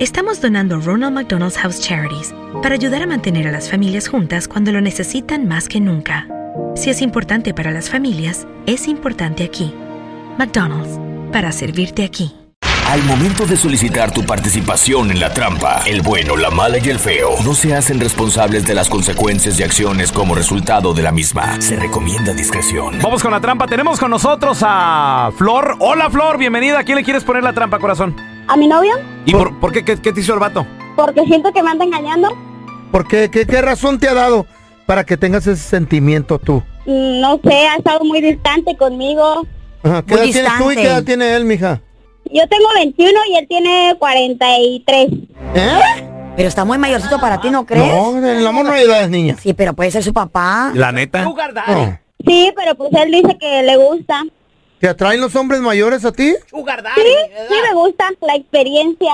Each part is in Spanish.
Estamos donando Ronald McDonald's House Charities para ayudar a mantener a las familias juntas cuando lo necesitan más que nunca. Si es importante para las familias, es importante aquí. McDonald's, para servirte aquí. Al momento de solicitar tu participación en la trampa, el bueno, la mala y el feo no se hacen responsables de las consecuencias y acciones como resultado de la misma. Se recomienda discreción. Vamos con la trampa. Tenemos con nosotros a Flor. Hola, Flor. Bienvenida. ¿A quién le quieres poner la trampa, corazón? ¿A mi novio? ¿Y por, por qué, qué? qué te hizo el vato? Porque siento que me anda engañando. ¿Por qué? ¿Qué, qué razón te ha dado para que tengas ese sentimiento tú? Mm, No sé, ha estado muy distante conmigo. Ajá, Ah, ¿Qué edad Muy tienes tú y distante. qué edad tiene él, mija? Yo tengo 21 y él tiene 43. ¿Eh? Pero está muy mayorcito para ti, ¿no crees? No, en el amor no hay edades, niña. Sí, pero puede ser su papá. La neta. No. Sí, pero pues él dice que le gusta. ¿Te atraen los hombres mayores a ti? Sí, sí me gusta la experiencia.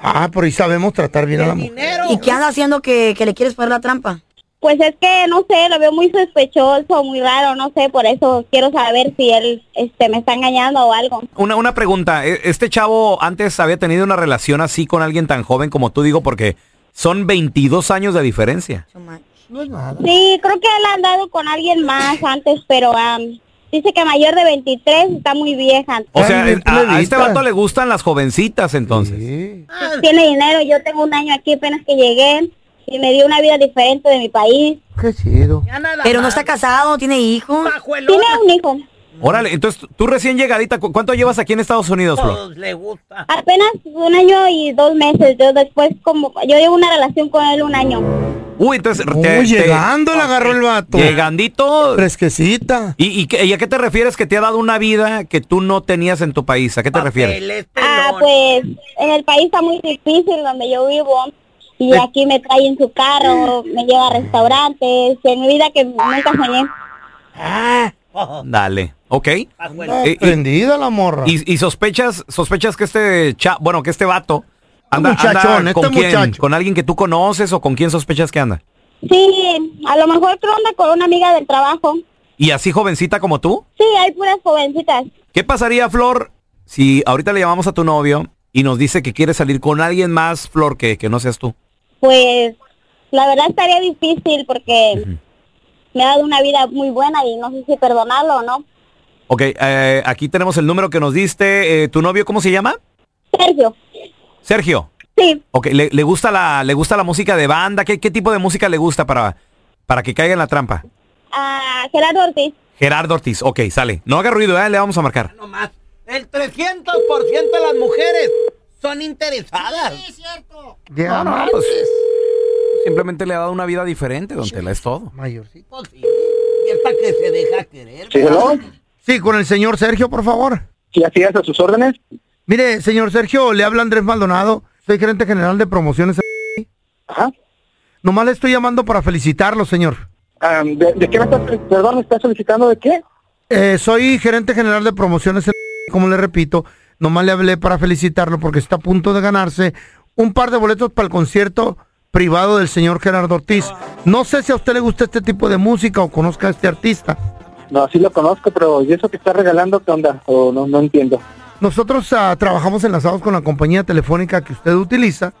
Ah, pero ahí sabemos tratar bien a la mujer. ¿Y qué anda haciendo que, que le quieres poner la trampa? Pues es que no sé, lo veo muy sospechoso, muy raro, no sé, por eso quiero saber si él este me está engañando o algo. Una, una pregunta. E- ¿Este chavo antes había tenido una relación así con alguien tan joven como tú? Digo, porque son 22 años de diferencia. No es nada. Sí, creo que él ha andado con alguien más antes, pero am, dice que mayor de 23 está muy vieja. O Ay, sea, bien a- a, este plenita. vato le gustan las jovencitas entonces. Sí. tiene dinero, yo tengo un año aquí apenas que llegué y me dio una vida diferente de mi país. Qué chido. Pero no está casado, no tiene hijos. Tiene un hijo, Órale, entonces tú recién llegadita, ¿cu- ¿cuánto llevas aquí en Estados Unidos, Flor? apenas un año y dos meses. Yo después como yo llevo una relación con él un año. Uy, entonces... Uy, te- te- llegando la agarró el vato. Llegandito... Fresquecita. ¿Y, y qué- y a qué te refieres que te ha dado una vida que tú no tenías en tu país? ¿A qué te refieres? Ah, pues en el país está muy difícil donde yo vivo y aquí me trae en su carro, me lleva a restaurantes, en mi vida que nunca soñé. Dale, ok. Anda Eh, Y- y- prendida la morra. Y, y sospechas, sospechas que este cha, bueno, que este vato anda, Este muchachón, anda con este quién, muchacho. con alguien que tú conoces o con quién sospechas que anda. Sí, a lo mejor que onda con una amiga del trabajo. Y así jovencita como tú, Sí, hay puras jovencitas. ¿qué pasaría, Flor, si ahorita le llamamos a tu novio y nos dice que quiere salir con alguien más, Flor, que, que no seas tú? Pues la verdad estaría difícil porque me ha dado una vida muy buena y no sé si perdonarlo o no. Ok, eh, aquí tenemos el número que nos diste. eh, ¿Tu novio cómo se llama? Sergio, Sergio. sí, Ok, le, le gusta la, le gusta la música de banda. ¿Qué, qué tipo de música le gusta para, para que caiga en la trampa? a Gerardo Ortiz. Gerardo Ortiz, ok, sale. No haga ruido, ¿eh? le vamos a marcar. El 300% de las mujeres son interesadas. Ya, No, no, pues, simplemente le ha dado una vida diferente, don Tela, es todo. mayorcito. Posible. Y hasta que se deja querer. Sí, hello. Sí, con el señor Sergio, por favor. Sí, así es, a sus órdenes. Mire, señor Sergio, le habla Andrés Maldonado. Soy gerente general de promociones. Ajá. Nomás le estoy llamando para felicitarlo, señor. Am, ¿de, de qué me estás, perdón, me estás solicitando de qué? Eh, soy gerente general de promociones, como le repito. Nomás le hablé para felicitarlo porque está a punto de ganarse un par de boletos para el concierto privado del señor Gerardo Ortiz. No sé si a usted le gusta este tipo de música o conozca a este artista. No, sí lo conozco, pero ¿y eso que está regalando qué onda? O no, no entiendo. Nosotros ah, trabajamos enlazados con la compañía telefónica que usted utiliza.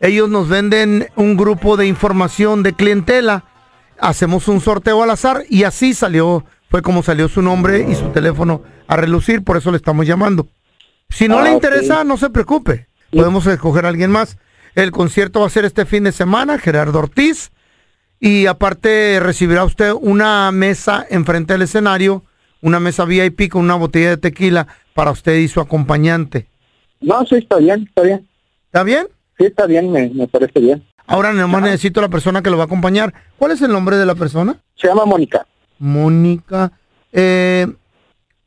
Ellos nos venden un grupo de información de clientela. Hacemos un sorteo al azar y así salió, fue como salió su nombre y su teléfono a relucir, por eso le estamos llamando. Si no Ah, le ok. interesa, no se preocupe. Podemos escoger a alguien más. El concierto va a ser este fin de semana, Gerardo Ortiz. Y aparte recibirá usted una mesa enfrente del escenario, una mesa VIP con una botella de tequila para usted y su acompañante. No, sí, está bien, está bien. ¿Está bien? Sí, está bien, me, me parece bien. Ahora nomás necesito la persona que lo va a acompañar. ¿Cuál es el nombre de la persona? Se llama Mónica. Mónica. Eh,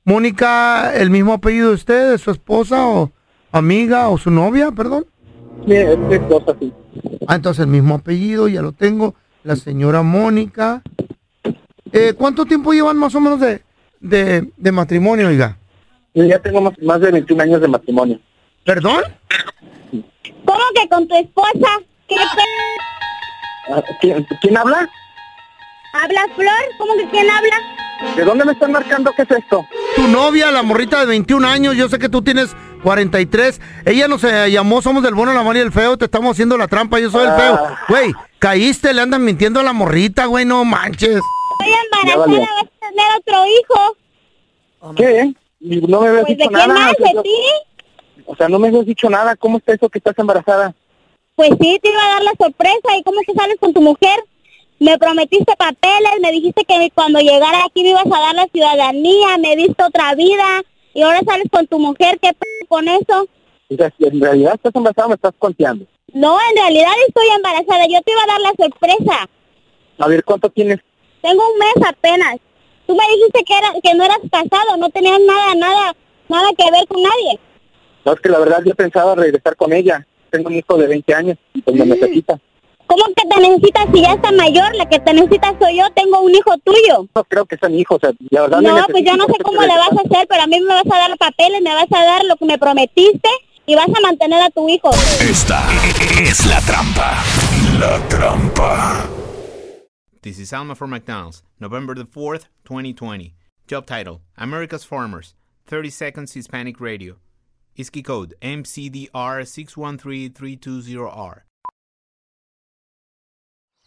Mónica, ¿el mismo apellido de usted, de su esposa o amiga o su novia, perdón? Sí, es mi esposa, sí. Ah, entonces el mismo apellido, ya lo tengo. La señora Mónica. Eh, ¿Cuánto tiempo llevan más o menos de, de, de matrimonio, oiga? Yo Ya tengo más, más de 21 años de matrimonio. ¿Perdón? ¿Cómo que con tu esposa? ¿Qué pe- Ah, ¿Quién, quién habla? ¿Habla Flor? ¿Cómo que quién habla? ¿De dónde me están marcando? ¿Qué es esto? Tu novia, la morrita de 21 años, yo sé que tú tienes 43. Ella nos eh, llamó, somos del bueno, la mala y el feo, te estamos haciendo la trampa, yo soy el feo. Ah. Güey, caíste, le andan mintiendo a la morrita, güey, no manches. Estoy Ya embarazada, valió. vas a tener otro hijo. ¿Qué? No me habías Pues de dicho nada. quién más o, sea, de no, ti. o sea, no me habías dicho nada. ¿Cómo está eso que estás embarazada? Pues sí, te iba a dar la sorpresa. ¿Y cómo es que sales con tu mujer? Me prometiste papeles, me dijiste que cuando llegara aquí me ibas a dar la ciudadanía, me diste otra vida. Y ahora sales con tu mujer, ¿qué p con eso? O sea, si en realidad estás embarazada, me estás conteando. No, en realidad estoy embarazada. Yo te iba a dar la sorpresa. A ver, ¿cuánto tienes? Tengo un mes apenas. Tú me dijiste que, era, que no eras casado, no tenías nada, nada, nada que ver con nadie. No, es que la verdad yo pensaba regresar con ella. Tengo un hijo de 20 años y pues me necesita. ¿Cómo que te necesitas si ya está mayor? La que te necesitas soy yo, tengo un hijo tuyo. No creo que sea mi hijo, o sea, la verdad me No, necesita, pues yo no sé te cómo le vas a regresar. hacer, pero a mí me vas a dar papeles, me vas a dar lo que me prometiste y vas a mantener a tu hijo. Esta es la trampa. La trampa. This is Alma from McDonald's, November the 4th, 2020. Job title America's Farmers, 30 Seconds Hispanic Radio. ISKI code MCDR613320R.